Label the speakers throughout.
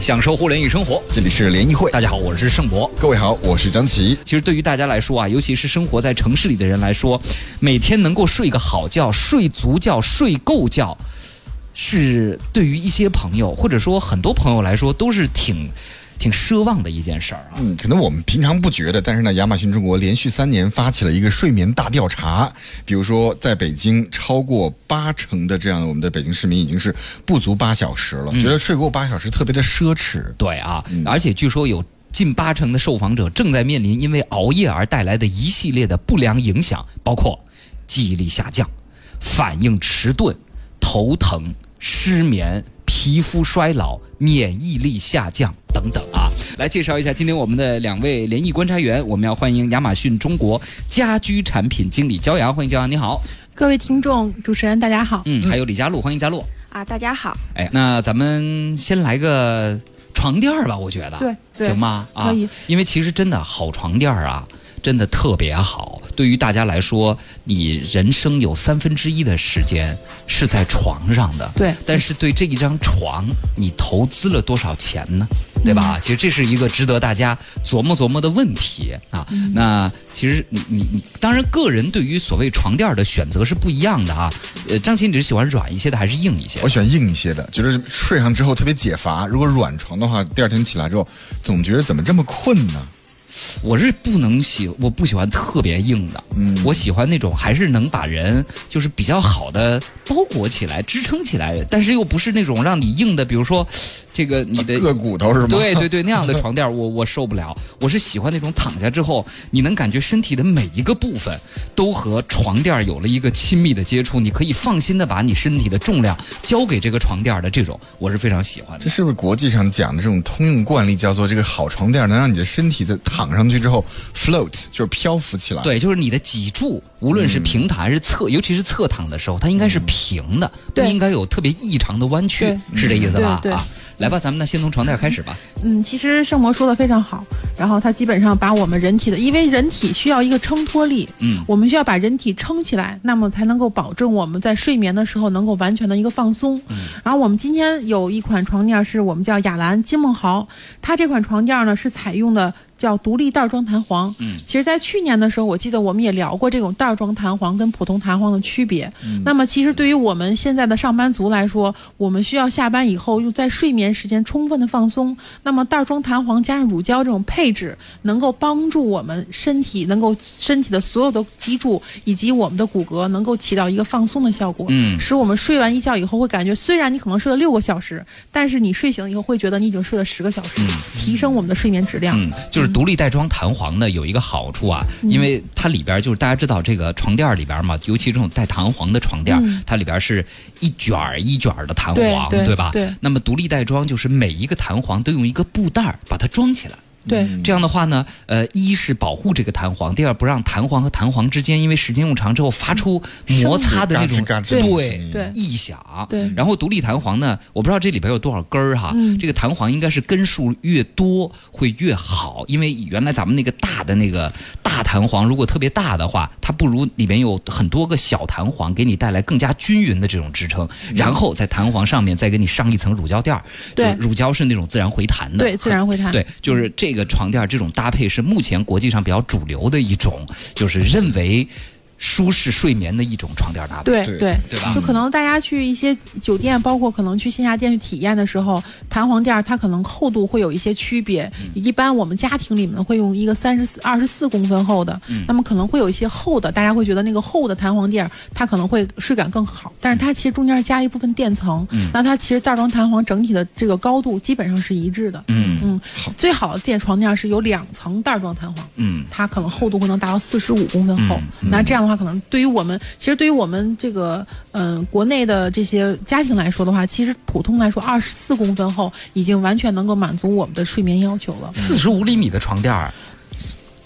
Speaker 1: 享受互联与生活。
Speaker 2: 这里是联谊会，
Speaker 1: 大家好，我是盛博。
Speaker 2: 各位好，我是张琪。
Speaker 1: 其实对于大家来说啊，尤其是生活在城市里的人来说，每天能够睡个好觉、睡足觉、睡够觉，是对于一些朋友或者说很多朋友来说，都是挺挺奢望的一件事儿啊。
Speaker 2: 嗯，可能我们平常不觉得，但是呢，亚马逊中国连续三年发起了一个睡眠大调查。比如说，在北京，超过八成的这样的我们的北京市民已经是不足八小时
Speaker 1: 嗯
Speaker 2: 了，觉得睡够八小时特别的奢侈。
Speaker 1: 对啊，而且据说有近八成的受访者正在面临因为熬夜而带来的一系列的不良影响，包括记忆力下降、反应迟钝、头疼、失眠、皮肤衰老、免疫力下降等等啊。来介绍一下今天我们的两位联谊观察员，我们要欢迎亚马逊中国家居产品经理焦阳，欢迎焦阳，你好。
Speaker 3: 各位听众、主持人，大家好。
Speaker 1: 嗯，还有李佳璐，欢迎佳璐。
Speaker 4: 啊，大家好，
Speaker 1: 哎，那咱们先来个床垫儿吧，我觉得。
Speaker 3: 对对
Speaker 1: 行吗？啊，
Speaker 3: 可以
Speaker 1: 因为其实真的好床垫儿啊，真的特别好。对于大家来说，你人生有三分之一的时间是在床上的。
Speaker 3: 对
Speaker 1: 但是对这一张床，你投资了多少钱呢？对吧？
Speaker 3: 嗯
Speaker 1: 其实这是一个值得大家琢磨琢磨的问题啊。
Speaker 3: 嗯
Speaker 1: 那其实你你你，当然个人对于所谓床垫儿的选择是不一样的啊。呃，张琴，你是喜欢软一些的还是硬一些的？
Speaker 2: 我喜欢硬一些的，觉得睡上之后特别解乏。如果软床的话，第二天起来之后，总觉得怎么这么困呢？
Speaker 1: 我是不能喜，我不喜欢特别硬的，
Speaker 2: 嗯
Speaker 1: 我喜欢那种还是能把人就是比较好的包裹起来、支撑起来，但是又不是那种让你硬的，比如说这个你的。
Speaker 2: 硌骨头是吗？
Speaker 1: 对对对，那样的床垫儿我我受不了。我是喜欢那种躺下之后，你能感觉身体的每一个部分都和床垫儿有了一个亲密的接触，你可以放心的把你身体的重量交给这个床垫儿的这种，我是非常喜欢的
Speaker 2: 这。是不是国际上讲的这种通用惯例，叫做这个好床垫能让你的身体在躺上去之后 float，就是漂浮起
Speaker 3: 啊
Speaker 2: 来？，
Speaker 1: 对，就是你的脊柱，无论是
Speaker 3: 嗯
Speaker 1: 平躺还是侧，尤其是侧躺的时候，它应该是平的，不
Speaker 3: 对
Speaker 1: 应该有特别异常的弯曲
Speaker 3: 对，
Speaker 1: 是这意思吧？
Speaker 3: 对对
Speaker 1: 啊，来吧，咱们呢先从床垫开始吧。
Speaker 3: 嗯，其实圣魔说的非常好，然后他基本上把我们人体的，因为人体需要一个撑托力，
Speaker 1: 嗯，
Speaker 3: 我们需要把人体撑起来，那么才能够保证我们在睡眠的时候能够完全的一个放松。
Speaker 1: 嗯
Speaker 3: 然后我们今天有一款床垫是我们叫雅兰金梦豪，它这款床垫呢是采用的叫独立袋装弹簧。
Speaker 1: 嗯
Speaker 3: 其实，在去年的时候，我记得我们也聊过这种袋装弹簧跟普通弹簧的区别。
Speaker 1: 嗯
Speaker 3: 那么，其实对于我们现在的上班族来说，我们需要下班以后又在睡眠时间充分的放松，那么袋装弹簧加上乳胶这种配置，能够帮助我们身体能够身体的所有的脊柱以及我们的骨骼能够起到一个放松的效果。
Speaker 1: 嗯
Speaker 3: 使我们睡完一觉以后会感觉，虽然你可能睡了六个小时，但是你睡醒以后会觉得你已经睡了十个小时，提升我们的睡眠质量。
Speaker 1: 嗯，就是独立袋装弹簧呢有一个好处啊，
Speaker 3: 嗯
Speaker 1: 因为它里边儿就是大家知道这个床垫儿里边儿嘛，尤其这种带弹簧的床垫儿，
Speaker 3: 嗯
Speaker 1: 它里边儿是一卷儿一卷儿的弹
Speaker 3: 对
Speaker 1: 簧，
Speaker 3: 对
Speaker 1: 吧？
Speaker 3: 对
Speaker 1: 那么独立袋装就是每一个弹簧都用一个布袋儿把它装起来。
Speaker 3: 对，
Speaker 1: 这样的话呢，呃，一是保护这个弹簧，第二不让弹簧和弹簧之间因为时间用长之后发出摩擦的那种
Speaker 2: 嘎吱嘎吱的声
Speaker 1: 对
Speaker 2: 音
Speaker 3: 对
Speaker 1: 异响。
Speaker 3: 嗯对
Speaker 1: 然后独立弹簧呢，我不知道这里边有多少根儿哈，
Speaker 3: 嗯
Speaker 1: 这个弹簧应该是根数越多会越好，因为原来咱们那个大的那个大弹簧如果特别大的话，它不如里面有很多个小弹簧给你带来更加均匀的这种支撑，
Speaker 3: 嗯
Speaker 1: 然后在弹簧上面再给你上一层乳胶垫儿，
Speaker 3: 对
Speaker 1: 就乳胶是那种自然回弹的，
Speaker 3: 对，自然会弹。
Speaker 1: 嗯对，
Speaker 3: 嗯
Speaker 1: 就是这个床垫儿这种搭配是目前国际上比较主流的一种，就是认为舒适睡眠的一种床垫儿搭配。
Speaker 3: 对
Speaker 2: 对
Speaker 3: 对
Speaker 1: 对吧
Speaker 3: 就可能大家去一些酒店，包括可能去线下店去体验的时候，弹簧垫儿它可能厚度会有一些区别。
Speaker 1: 嗯
Speaker 3: 一般我们家庭里面会用一个三十四、二十四公分厚的，
Speaker 1: 嗯
Speaker 3: 那么可能会有一些厚的，大家会觉得那个厚的弹簧垫儿它可能会睡感更好，但是它其实中间加了一部分垫层，
Speaker 1: 嗯
Speaker 3: 那它其实袋装弹簧整体的这个高度基本上是一致的。
Speaker 1: 嗯
Speaker 3: 嗯，最好的垫床垫儿是有两层袋装弹簧。
Speaker 1: 嗯
Speaker 3: 它可能厚度会能达到四十五公分厚。
Speaker 1: 嗯嗯
Speaker 3: 那这样的话，可能对于我们，其实对于我们这个嗯、呃国内的这些家庭来说的话，其实普通来说二十四公分厚已经完全能够满足我们的睡眠要求了，
Speaker 1: 四十五厘米的床垫儿，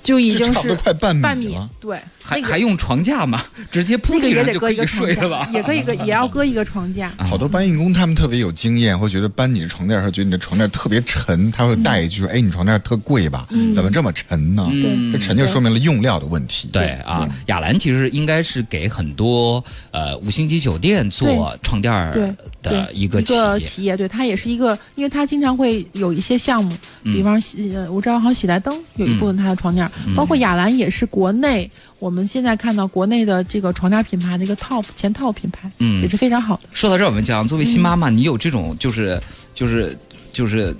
Speaker 3: 就已
Speaker 2: 就
Speaker 3: 经
Speaker 2: 差不多
Speaker 3: 是
Speaker 2: 快半
Speaker 3: 半
Speaker 2: 米
Speaker 3: 米
Speaker 2: 了。，
Speaker 3: 对，
Speaker 1: 还、
Speaker 3: 那个
Speaker 1: 还用床架吗？ 直接铺
Speaker 3: 那个
Speaker 1: 地
Speaker 3: 也
Speaker 1: 上
Speaker 3: 得
Speaker 1: 就
Speaker 3: 搁
Speaker 1: 可
Speaker 3: 一个
Speaker 1: 以
Speaker 3: 床
Speaker 1: 睡了吧
Speaker 3: 架，？也可 以搁，也要搁一个床架。
Speaker 1: 啊
Speaker 2: 好多搬运工他们特别有经验，会觉得搬你的床垫的时候，觉得你的床垫特别沉，他会带一句：“哎，你床垫特贵吧？
Speaker 3: 嗯
Speaker 2: 怎么这么沉呢？”
Speaker 1: 嗯
Speaker 2: 这沉就说明了用料的问题。
Speaker 1: 对啊，雅兰其实应该是给很多呃五星级酒店做
Speaker 3: 对
Speaker 1: 床垫
Speaker 3: 对
Speaker 1: 儿的
Speaker 3: 对
Speaker 1: 一个
Speaker 3: 一
Speaker 1: 企
Speaker 3: 个
Speaker 1: 业，
Speaker 3: 企业，对它也是一个，因为它经常会有一些项目，比
Speaker 1: 嗯
Speaker 3: 方喜呃，我知道好像喜来登有一部分它的床垫儿，包
Speaker 1: 嗯
Speaker 3: 括雅兰也是国内我们现在看到国内的这个床垫品牌的一个 top 前 top 品牌，
Speaker 1: 嗯
Speaker 3: 也是非常好的。
Speaker 1: 说到这儿，我们讲，作为新妈妈，你有这种就是就是就是。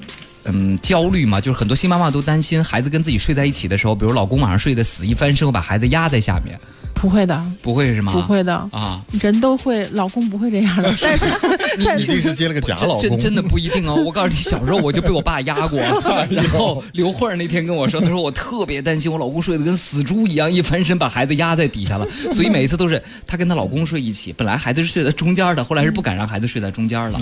Speaker 1: 嗯，焦虑嘛，就是很多新妈妈都担心孩子跟自己睡在一起的时候，比如老公晚上睡得死，一翻身会把孩子压在下面，
Speaker 3: 不会的，
Speaker 1: 不会是吗？
Speaker 3: 不会的，
Speaker 1: 啊，
Speaker 3: 人都会，老公不会这 样的，但是
Speaker 1: 你
Speaker 2: 一定是接了个假老
Speaker 1: 真真
Speaker 2: 公，
Speaker 1: 真的不一定 哦。我告诉你，小时候我就被我爸压 过，然后刘慧儿那天跟我说，她说我特别担心我老公睡得跟死猪一样，一翻身把孩子压在底 下了，所以每一次都是她跟她老公睡一起，本来孩子是睡在中间的，后来是不敢让孩子睡在中间了，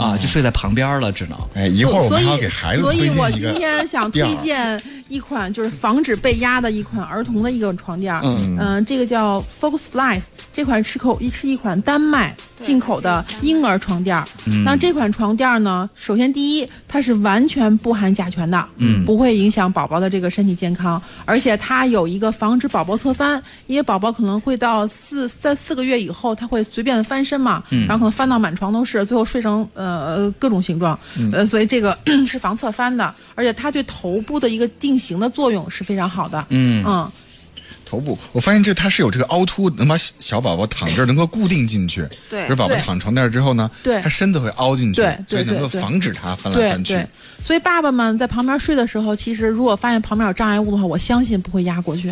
Speaker 1: 啊，就睡在旁边了，只能。
Speaker 2: 哎，一会儿我
Speaker 3: 所
Speaker 2: 们还要
Speaker 3: 以
Speaker 2: 给孩子
Speaker 3: 所
Speaker 2: 推
Speaker 3: 以我
Speaker 2: 荐一
Speaker 3: 今
Speaker 2: 个，
Speaker 3: 天想推荐一款就是防止被压的一款儿童的一个床垫儿，
Speaker 1: 嗯
Speaker 3: 嗯、这个叫 Focus Flies，这款是口是一款丹麦进口的婴儿床垫儿。
Speaker 1: 嗯
Speaker 3: 那这款床垫儿呢，首先第一，它是完全不含甲醛的，
Speaker 1: 嗯
Speaker 3: 不会影响宝宝的这个身体健康，而且它有一个防止宝宝侧翻，因为宝宝可能会到四在四个月以后，他会随便翻身嘛，
Speaker 1: 嗯
Speaker 3: 然后可能翻到满床都是，最后睡成呃各种形状，
Speaker 1: 嗯
Speaker 3: 呃，所以这个 是防侧翻的，而且它对头部的一个定型的作用是非常好的，
Speaker 1: 嗯
Speaker 3: 嗯，
Speaker 2: 头部，我发现这它是有这个凹凸，能把小宝宝躺这儿能够固定进去。
Speaker 4: 对
Speaker 2: 就是宝宝
Speaker 3: 对
Speaker 2: 躺床垫之后呢，
Speaker 3: 对
Speaker 2: 他身子会凹进去，
Speaker 3: 对对
Speaker 2: 所以能够
Speaker 3: 对对
Speaker 2: 防止他翻来
Speaker 3: 对
Speaker 2: 翻去
Speaker 3: 对。，所以爸爸们在旁边睡的时候，其实如果发现旁边有障碍物的话，我相信不会压过去，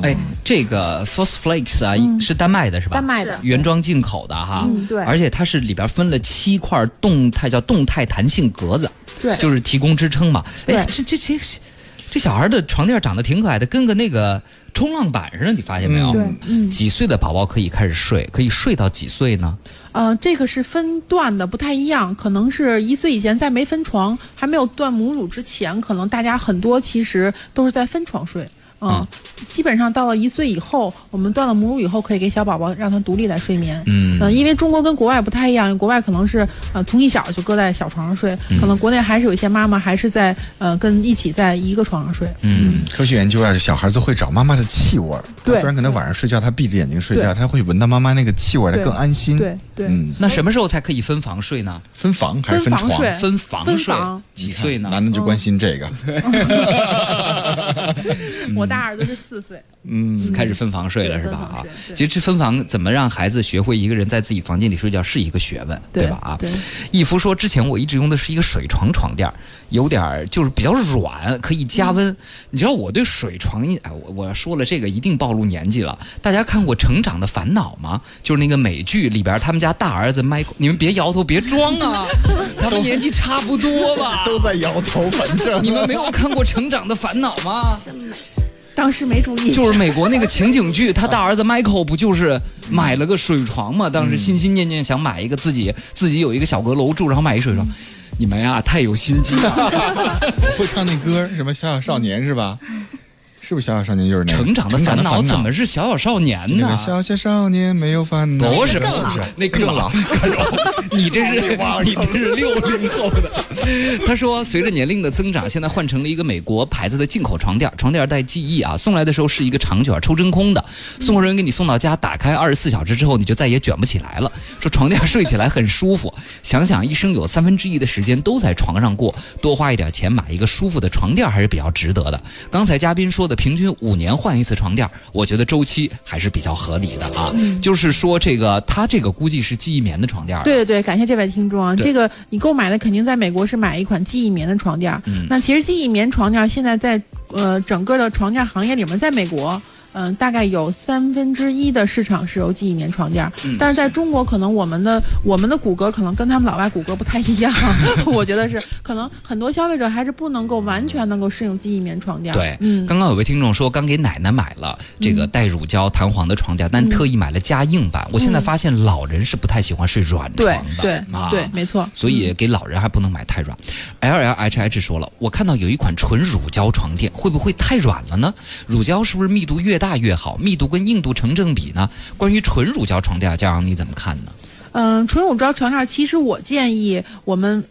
Speaker 2: 嗯，
Speaker 1: 哎，这个 First Flakes 啊，是丹麦的是吧？
Speaker 3: 丹麦的
Speaker 4: 是。
Speaker 1: 原装进口的哈，
Speaker 3: 嗯对
Speaker 1: 而且它是里边分了七块动态叫动态弹性格子，
Speaker 3: 对
Speaker 1: 就是提供支撑嘛。哎，
Speaker 3: 对
Speaker 1: 这这这这小孩的床垫长得挺可爱的，跟个那个冲浪板似的，你发现没有？
Speaker 2: 嗯
Speaker 3: 对，嗯，
Speaker 1: 几岁的宝宝可以开始睡？可以睡到几岁呢？
Speaker 3: 呃，这个是分段的，不太一样，可能是一岁以前在没分床，还没有断母乳之前，可能大家很多其实都是在分床睡。嗯，
Speaker 1: 嗯
Speaker 3: 基本上到了一岁以后，我们断了母乳以后，可以给小宝宝让他独立来睡眠。呃
Speaker 1: 嗯
Speaker 3: 因为中国跟国外不太一样，国外可能是呃从一小就搁在小床上睡，
Speaker 2: 嗯
Speaker 3: 可能国内还是有一些妈妈还是在呃跟一起在一个床上睡。
Speaker 1: 嗯，
Speaker 2: 科学研究啊，小孩子会找妈妈的气味儿。他
Speaker 3: 对
Speaker 2: 虽然可能晚上睡觉他闭着眼睛睡觉，
Speaker 3: 对
Speaker 2: 他会闻到妈妈那个气味儿，他
Speaker 3: 对
Speaker 2: 更安心。
Speaker 3: 对对，
Speaker 2: 嗯，
Speaker 1: 那什么时候才可以分房睡呢？
Speaker 2: 分房还是
Speaker 3: 分房
Speaker 2: 床？嗯
Speaker 3: 睡对
Speaker 1: 分房
Speaker 3: 分
Speaker 1: 睡
Speaker 3: 房
Speaker 1: 几岁呢？
Speaker 2: 男的就关心这个。
Speaker 3: 我大儿子是四岁，
Speaker 2: 嗯，
Speaker 1: 开始分房睡嗯了
Speaker 3: 对
Speaker 1: 是吧？
Speaker 3: 分房
Speaker 1: 啊
Speaker 3: 睡，对
Speaker 1: 其实这分房怎么让孩子学会一个人在自己房间里睡觉是一个学问，
Speaker 3: 对
Speaker 1: 吧？啊，
Speaker 3: 对
Speaker 1: 逸夫说，之前我一直用的是一个水床床垫儿，有点儿就是比较软，可以加
Speaker 3: 嗯
Speaker 1: 温。你知道我对水床，哎，我我说了这个一定暴露年纪了。大家看过《成长的烦恼》吗？就是那个美剧里边儿，他们家大儿子 Michael，你们别摇头，别装 啊，咱们年纪差不多吧？
Speaker 2: 都在摇头，反 正
Speaker 1: 你们没有看过《成长的烦恼》吗？
Speaker 3: 当时没注 意。
Speaker 1: 就是美国那个情景剧，他大儿子 Michael 不就是买了个水床嘛？当时心心念念想买一个自己自己有一个小阁楼住，然后买一水床。你们呀，太有心 机了！
Speaker 2: 会唱那歌儿，什么《小小少年》是吧？是不是《小小少年》就是那个
Speaker 1: 成长的烦恼怎么是小小少年
Speaker 2: 那
Speaker 1: 呢
Speaker 2: 个？小小少年没有烦恼？
Speaker 1: 不是，不
Speaker 4: 更老
Speaker 1: 是，那更老。你这是你这是六零后的。 他说，随着年龄的增长，现在换成了一个美国牌子的进口床垫，床垫带记忆啊。送来的时候是一个长卷抽真空的，送货人给你送到家，打开二十四小时之后，你就再也卷不起来了。说床垫睡起来很舒服，想想一生有三分之一的时间都在床上过，多花一点钱买一个舒服的床垫还是比较值得的。刚才嘉宾说的，平均五年换一次床垫，我觉得周期还是比较合理的啊。就是说，这个它这个估计是记忆棉的床垫儿，
Speaker 3: 对对对，感谢这位听众啊！
Speaker 1: 对
Speaker 3: 这个你购买的肯定在美国是买一款记忆棉的床垫儿。
Speaker 1: 嗯
Speaker 3: 那其实记忆棉床垫儿现在在呃整个的床垫行业里面，在美国。嗯，大概有三分之一的市场是由记忆棉床垫儿，
Speaker 1: 嗯
Speaker 3: 但是在中国，可能我们的我们的骨骼可能跟他们老外骨骼不太 一样，我觉得是，可能很多消费者还是不能够完全能够适应记忆棉床垫儿。
Speaker 1: 对
Speaker 3: 嗯，
Speaker 1: 刚刚有位听众说，刚给奶奶买了这个带乳胶弹簧的床垫，但特意买了加硬版。我现在发现老人是不太喜欢睡软床
Speaker 3: 对
Speaker 1: 的，
Speaker 3: 嗯对
Speaker 1: 啊，
Speaker 3: 对，没错。
Speaker 1: 所以给老人还不能买太软。L L H H 说了，我看到有一款纯乳胶床垫，会不会太软了呢？乳胶是不是密度越大越好？密度跟硬度成正比呢？关于纯乳胶床垫，家长你怎么看呢？
Speaker 3: 嗯，纯乳 胶床垫儿，其实我建议我们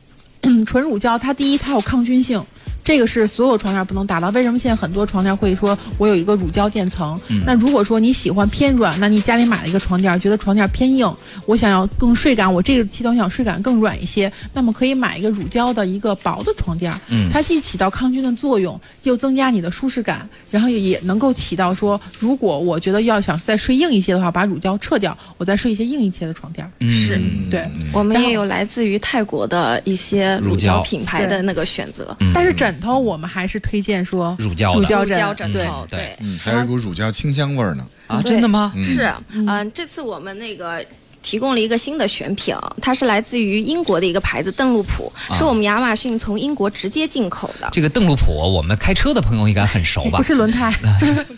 Speaker 3: 纯乳胶，它第一它有抗菌性，这个是所有床垫不能达到。为什么现在很多床垫会说我有一个乳胶垫层？
Speaker 1: 嗯
Speaker 3: 那如果说你喜欢偏软，那你家里买了一个床垫，觉得床垫偏硬，我想要更睡感，我这个气头想睡感更软一些，那么可以买一个乳胶的一个薄的床垫，
Speaker 1: 嗯
Speaker 3: 它既起到抗菌的作用，又增加你的舒适感，然后也能够起到说，如果我觉得要想再睡硬一些的话，把乳胶撤掉，我再睡一些硬一些的床垫。
Speaker 1: 嗯
Speaker 4: 是
Speaker 3: 对
Speaker 4: 我们也有来自于泰国的一些乳
Speaker 1: 乳胶
Speaker 4: 胶品牌
Speaker 3: 对
Speaker 4: 的那个选择，
Speaker 3: 但是枕头我们还是推荐说
Speaker 1: 嗯乳胶的
Speaker 3: 乳胶
Speaker 4: 乳
Speaker 3: 枕
Speaker 4: 胶枕
Speaker 1: 对
Speaker 4: 头，
Speaker 1: 对
Speaker 4: 对。
Speaker 2: 嗯，还有一股乳胶清香味儿呢。
Speaker 1: 啊，真的吗？
Speaker 2: 嗯
Speaker 4: 是，嗯、这次我们那个。提供了一个新的选品，它是来自于英国的一个牌子邓禄普，是我们亚马逊从英国直接进口的。
Speaker 1: 这个邓禄普，我们开车的朋友应该很熟吧
Speaker 3: 不？是轮胎，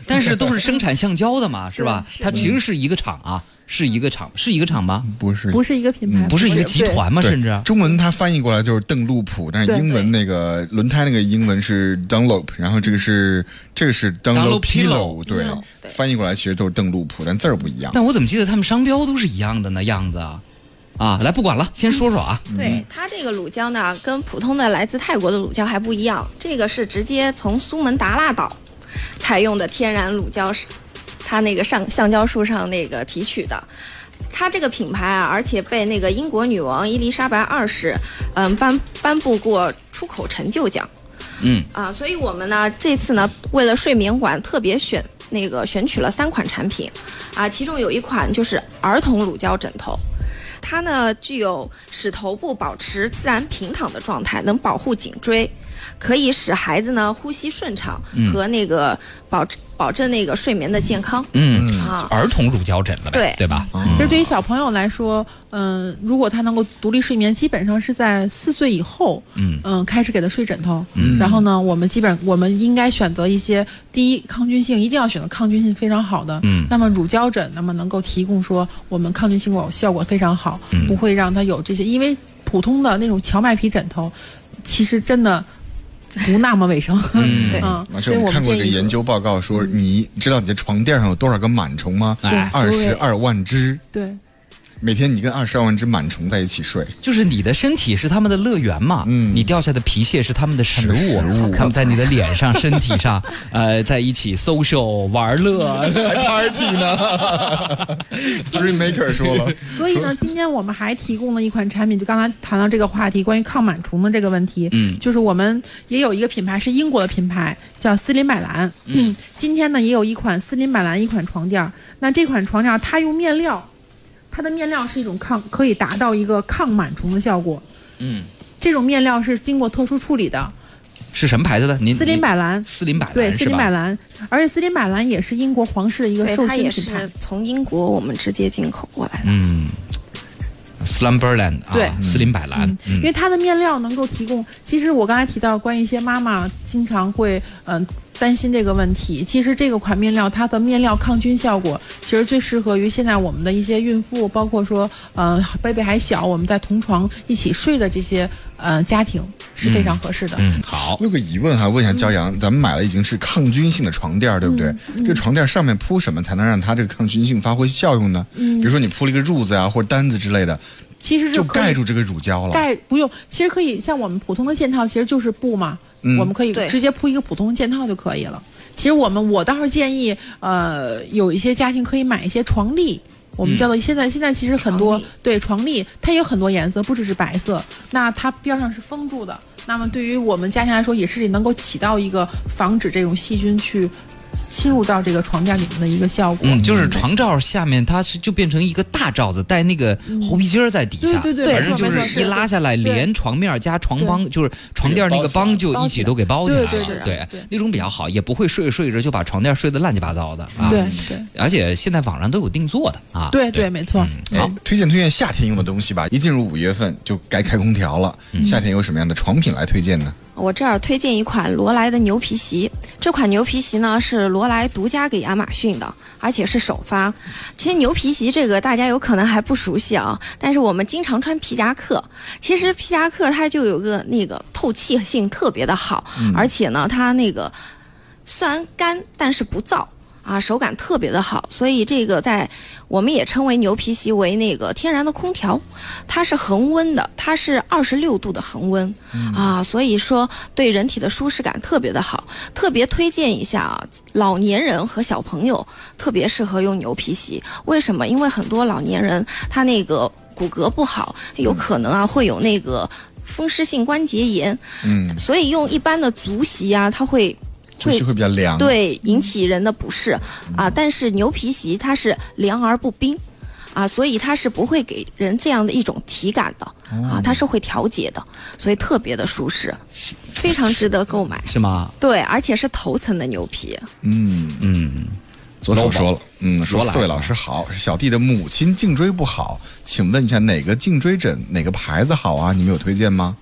Speaker 1: 但是都是生产橡胶的嘛，是吧？
Speaker 4: 对是
Speaker 1: 它其实是一个厂啊，是一个厂，是一个厂吗？
Speaker 2: 嗯不是
Speaker 3: 不是一个品牌，
Speaker 1: 嗯不是一个集
Speaker 3: 对
Speaker 1: 团吗？
Speaker 2: 对
Speaker 1: 甚至
Speaker 2: 中文它翻译过来就是邓禄普，但是
Speaker 3: 对
Speaker 2: 英文那个轮胎那个英文是 Dunlop，然后这个是这个是
Speaker 1: Dunlopillo
Speaker 2: Dunlop Pillow，对
Speaker 4: Dunlop，，对
Speaker 2: 翻译过来其实都是邓禄普，但字儿不一样。
Speaker 1: 但我怎么记得他们商标都是一样的呢？样子啊，啊，来不管了，先说说啊，
Speaker 4: 对它这个乳胶呢，跟普通的来自泰国的乳胶还不一样，这个是直接从苏门答腊岛采用的天然乳胶，是它那个上橡胶树上那个提取的。它这个品牌啊，而且被那个英国女王伊丽莎白二世，嗯颁颁布过出口成就奖。
Speaker 1: 嗯
Speaker 4: 啊，所以我们呢这次呢，为了睡眠馆特别选那个选取了三款产品，啊，其中有一款就是儿童乳胶枕头。它呢具有使头部保持自然平躺的状态，能保护颈椎，可以使孩子呢呼吸顺畅
Speaker 1: 嗯
Speaker 4: 和那个保持保证那个睡眠的健康
Speaker 1: 嗯，
Speaker 4: 啊。
Speaker 1: 儿童乳胶枕了呗，
Speaker 4: 对
Speaker 1: 对吧？
Speaker 2: 嗯
Speaker 3: 其实对于小朋友来说，嗯、如果他能够独立睡眠，基本上是在四岁以后，
Speaker 1: 嗯
Speaker 3: 嗯、开始给他睡枕头。
Speaker 1: 嗯
Speaker 3: 然后呢，我们基本我们应该选择一些第一抗菌性，一定要选择抗菌性非常好的。
Speaker 1: 嗯
Speaker 3: 那么乳胶枕，那么能够提供说我们抗菌性果效果非常好，
Speaker 1: 嗯
Speaker 3: 不会让它有这些，因为普通的那种荞麦皮枕头，其实真的不那么卫生。
Speaker 1: 嗯
Speaker 4: 对
Speaker 3: 嗯，
Speaker 2: 而且
Speaker 3: 所以
Speaker 2: 哎我
Speaker 3: 我
Speaker 2: 们看
Speaker 3: 们
Speaker 2: 过
Speaker 3: 建
Speaker 2: 一个
Speaker 3: 议
Speaker 2: 研究报告说，你知道你的床垫上有多少个螨虫吗？
Speaker 1: 哎，
Speaker 2: 二十二万只，
Speaker 3: 啊对。
Speaker 2: 每天你跟二十二万只螨虫在一起睡，
Speaker 1: 就是你的身体是他们的乐园嘛，
Speaker 2: 嗯
Speaker 1: 你掉下的皮屑是他们的食物，
Speaker 2: 食物
Speaker 1: 他们在你的脸上、身体上，呃，在一起 social 玩乐，
Speaker 2: 还 party 呢？Dream Maker 说了，
Speaker 3: 所以呢，今天我们还提供了一款产品，就刚才谈到这个话题，关于抗螨虫的这个问题，
Speaker 1: 嗯
Speaker 3: 就是我们也有一个品牌是英国的品牌，叫斯林百兰，嗯，今天呢也有一款斯林百兰一款床垫儿，那这款床垫儿它用面料，它的面料是一种抗，可以达到一个抗螨虫的效果，
Speaker 1: 嗯，
Speaker 3: 这种面料是经过特殊处理的，
Speaker 1: 是什么牌子的？您
Speaker 3: 斯林，百兰
Speaker 1: 您。斯林百，
Speaker 3: 对，斯
Speaker 1: 是
Speaker 3: 林
Speaker 1: 吧？
Speaker 3: 百兰，而且斯林百兰也是英国皇室的一个
Speaker 4: 对，
Speaker 3: 授
Speaker 4: 它
Speaker 3: 勋
Speaker 4: 也
Speaker 3: 品牌
Speaker 4: 是。从英国我们直接进口过来的。
Speaker 1: 嗯，Slumberland 啊，
Speaker 3: 对嗯
Speaker 1: 斯林百兰，
Speaker 3: 因为它的面料能够提供。其实我刚才提到，关于一些妈妈经常会嗯、呃担心这个问题，其实这个款面料它的面料抗菌效果其实最适合于现在我们的一些孕妇，包括说呃 baby 还小，我们在同床一起睡的这些呃家庭是非常合适的。
Speaker 1: 嗯，好
Speaker 2: 我，有个疑问哈，问一下骄阳，咱们买了已经是抗菌性的床垫儿，对不对？这个床垫上面铺什么才能让它这个抗菌性发挥效用呢？比如说你铺了一个褥子啊，或者单子之类的，
Speaker 3: 其实是
Speaker 2: 就
Speaker 3: 可
Speaker 2: 盖
Speaker 3: 以
Speaker 2: 住这个乳胶了。
Speaker 3: 盖不用，其实可以像我们普通的嵌套，其实就是布嘛，
Speaker 2: 嗯
Speaker 3: 我们可以
Speaker 4: 对
Speaker 3: 直接铺一个普通的嵌套就可以了。其实我们我倒是建议，呃，有一些家庭可以买一些床笠。我们
Speaker 1: 嗯
Speaker 3: 叫做现在现在其实很多
Speaker 4: 床笠
Speaker 3: 对床笠，它有很多颜色，不只是白色。那它边上是封住的，那么对于我们家庭来说，也是能够起到一个防止这种细菌去侵入到这个床垫里面的一个效果。
Speaker 1: 嗯，就是床罩下面它是就变成一个大罩子，带那个猴皮筋儿在底
Speaker 3: 对
Speaker 1: 下，
Speaker 3: 对对，
Speaker 1: 反
Speaker 3: 没
Speaker 1: 正
Speaker 3: 错
Speaker 1: 就
Speaker 3: 没错，
Speaker 1: 是一拉下来，
Speaker 3: 对
Speaker 1: 连床面儿加床帮，就是床垫儿那个帮就一起都给包起来了。
Speaker 3: 包起来
Speaker 4: 包起来
Speaker 1: 对
Speaker 3: 对对对，
Speaker 1: 那种比较好，也不会睡着睡着就把床垫睡得乱七八糟的啊。
Speaker 3: 对，对
Speaker 1: 而且现在网上都有定做的啊。嗯
Speaker 3: 对对，没错。
Speaker 2: 哎
Speaker 1: 好，
Speaker 2: 推荐推荐夏天用的东西吧。一进入五月份就该开空调了。夏天有什么样的床品来推荐呢？
Speaker 4: 我这儿推荐一款罗莱的牛皮席，这款牛皮席呢是罗莱独家给亚马逊的，而且是首发。其实牛皮席这个大家有可能还不熟悉啊，但是我们经常穿皮夹克，其实皮夹克它就有个那个透气性特别的好，而且呢它那个虽然干但是不燥。啊，手感特别的好，所以这个在我们也称为牛皮席为那个天然的空调，它是恒温的，它是二十六度的恒温、啊，所以说对人体的舒适感特别的好，特别推荐一下啊，老年人和小朋友特别适合用牛皮席，为什么？因为很多老年人他那个骨骼不好，有可能啊会有那个风湿性关节炎，
Speaker 2: 嗯，
Speaker 4: 所以用一般的足席啊，它会
Speaker 2: 就
Speaker 4: 会
Speaker 2: 是会比较凉。，
Speaker 4: 对引起人的不适啊。但是牛皮席它是凉而不冰。啊，所以它是不会给人这样的一种体感的、啊，它是会调节的，所以特别的舒适，非常值得购买。
Speaker 1: 是吗？
Speaker 4: 对，而且是头层的牛皮，
Speaker 2: 嗯
Speaker 1: 嗯，
Speaker 2: 左手说了，嗯，
Speaker 1: 说
Speaker 2: 说
Speaker 1: 了啊
Speaker 2: 四位老师好，小弟的母亲颈椎不好，请问一下哪个颈椎枕哪个牌子好啊？你们有推荐吗？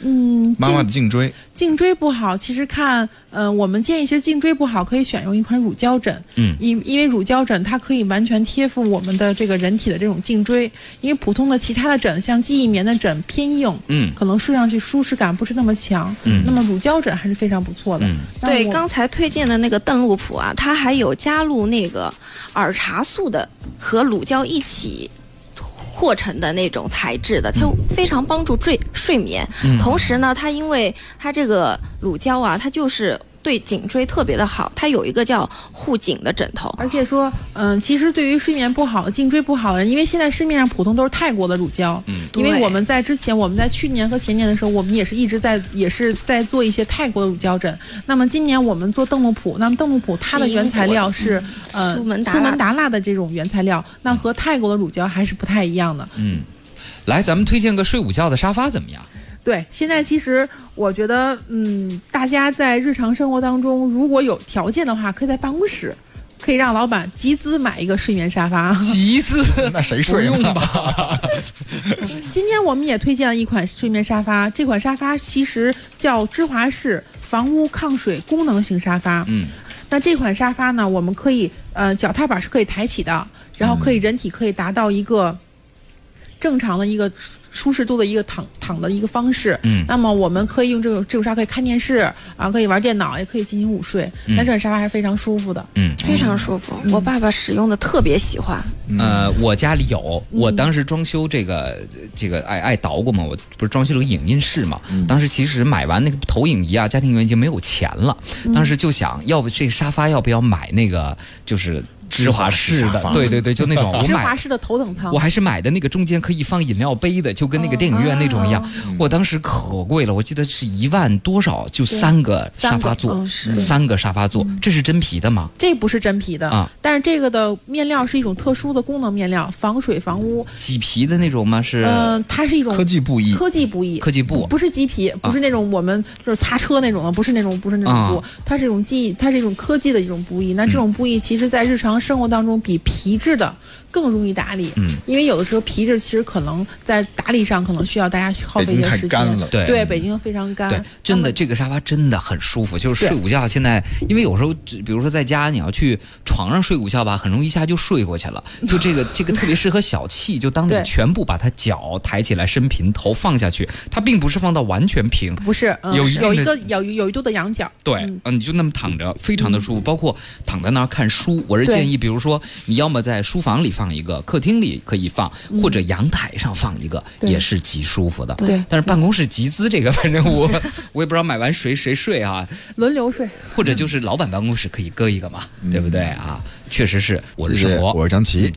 Speaker 3: 嗯，
Speaker 2: 妈妈的颈椎，
Speaker 3: 颈椎不好，其实看，嗯、我们建议其实颈椎不好可以选用一款乳胶枕，
Speaker 1: 嗯
Speaker 3: 因因为乳胶枕它可以完全贴附我们的这个人体的这种颈椎，因为普通的其他的枕，像记忆棉的枕偏硬，
Speaker 1: 嗯
Speaker 3: 可能睡上去舒适感不是那么强，
Speaker 1: 嗯
Speaker 3: 那么乳胶枕还是非常不错的，
Speaker 1: 嗯
Speaker 3: 那
Speaker 4: 对，
Speaker 3: 我
Speaker 4: 刚才推荐的那个邓禄普啊，它还有加入那个耳茶素的和乳胶一起。和成的那种材质的，它非常帮助睡睡眠。
Speaker 3: 嗯
Speaker 4: 同时呢，它因为它这个乳胶啊，它就是对颈椎特别的好。它有一个叫护颈的枕头，
Speaker 3: 而且说，嗯，其实对于睡眠不好、颈椎不好的人，因为现在市面上普通都是泰国的乳胶，嗯，因为
Speaker 4: 对
Speaker 3: 我们在之前，我们在去年和前年的时候，我们也是一直在也是在做一些泰国的乳胶枕。那么今年我们做邓禄普，那么邓禄普它的
Speaker 4: 是英
Speaker 3: 原材
Speaker 4: 国的
Speaker 3: 料是、
Speaker 4: 嗯
Speaker 3: 呃
Speaker 4: 苏门答
Speaker 3: 苏
Speaker 4: 腊
Speaker 3: 门答腊的这种原材料，那和泰国的乳胶还是不太一样的。
Speaker 1: 嗯，来，咱们推荐个睡午觉的沙发怎么样？
Speaker 3: 对，现在其实我觉得，嗯，大家在日常生活当中，如果有条件的话，可以在办公室，可以让老板集资买一个睡眠沙发。
Speaker 1: 吉子，
Speaker 2: 那谁
Speaker 1: 不
Speaker 2: 睡
Speaker 1: 用
Speaker 2: 呢？
Speaker 1: 吧？
Speaker 3: 今天我们也推荐了一款睡眠沙发，这款沙发其实叫芝华士房屋抗水功能型沙发。
Speaker 1: 嗯，
Speaker 3: 那这款沙发呢，我们可以呃脚踏板是可以抬起的，然后可以人体可以达到一个正常的一个舒适度的一个躺躺的一个方式。
Speaker 1: 嗯
Speaker 3: 那么我们可以用这种这种沙发可以看电视啊，可以玩电脑，也可以进行午睡。
Speaker 1: 嗯
Speaker 3: 那这款沙发还是非常舒服的。
Speaker 1: 嗯，
Speaker 4: 非常舒服。我爸爸使用的特别喜欢。
Speaker 3: 嗯
Speaker 2: 嗯
Speaker 1: 呃，我家里有，我当时装修这个这个爱爱捣鼓嘛，我不是装修了个影音室嘛，
Speaker 3: 嗯
Speaker 1: 当时其实买完那个投影仪啊，家庭影院已经没有钱了，
Speaker 3: 嗯
Speaker 1: 当时就想要不这个沙发要不要买那个就是
Speaker 2: 芝华士
Speaker 1: 芝
Speaker 2: 沙
Speaker 1: 的，
Speaker 2: 发
Speaker 1: 对对对，就那 种我
Speaker 3: 芝
Speaker 1: 买
Speaker 3: 华士的头等舱
Speaker 1: 我，还是买的那个中间可以放饮料杯的，就跟那个电影院那种一样。
Speaker 3: 哦
Speaker 1: 我当时可贵了，我记得是一万多少，就三个沙发座，
Speaker 3: 三个嗯嗯是的
Speaker 1: 三个沙发座，这是真皮的吗？
Speaker 3: 这不是真皮的
Speaker 1: 啊
Speaker 3: 但是这个的面料是一种特殊的功能面料，防水防污。
Speaker 1: 麂皮的那种吗？是
Speaker 3: 嗯、它是一种
Speaker 2: 科技布艺，
Speaker 3: 科技布艺，
Speaker 1: 科技布？
Speaker 3: 不是麂皮，不是那种我们就是擦车那种的，不是那种不是那种布，
Speaker 1: 啊嗯
Speaker 3: 它是一种技，它是一种科技的一种布艺。那这种布艺其实，在日常生活当中比皮质的更容易打理，
Speaker 1: 嗯
Speaker 3: 因为有的时候皮质其实可能在打理上可能需要大家耗
Speaker 2: 北
Speaker 3: 费一
Speaker 2: 京
Speaker 3: 些
Speaker 2: 太
Speaker 3: 时间。
Speaker 2: 干了。
Speaker 1: 对
Speaker 3: 对，北京非常干。
Speaker 1: 对，真的，这个沙发真的很舒服。就是睡
Speaker 3: 嗯对
Speaker 1: 午觉，现在因为有时候，只比如说在家，你要去床上睡午觉吧，很容易一下就睡过去了。就这个，这个特别适合小气。就当你
Speaker 3: 对
Speaker 1: 全部把它脚抬起来、伸平、头放下去，它并不是放到完全平，
Speaker 3: 不是，嗯、
Speaker 1: 有
Speaker 3: 有
Speaker 1: 一定的
Speaker 3: 一个有一有一度的仰角，
Speaker 1: 对，嗯、你就那么躺着，非常的
Speaker 3: 嗯
Speaker 1: 舒服。包括躺在那儿看书，我是建议，比如说你要么在书房里放一个，客厅里可以放，或者阳台上放一个，
Speaker 3: 嗯对
Speaker 1: 也是极舒服的。
Speaker 3: 对
Speaker 1: 但是办公室集资这个，反正我我也不知道买完谁谁睡啊，
Speaker 3: 轮流睡。
Speaker 1: 或者就是老板办公室可以搁一个嘛，对不对啊？确实是我
Speaker 2: 谢
Speaker 1: 是
Speaker 2: 嗯谢，
Speaker 1: 生活，
Speaker 2: 我是张琪。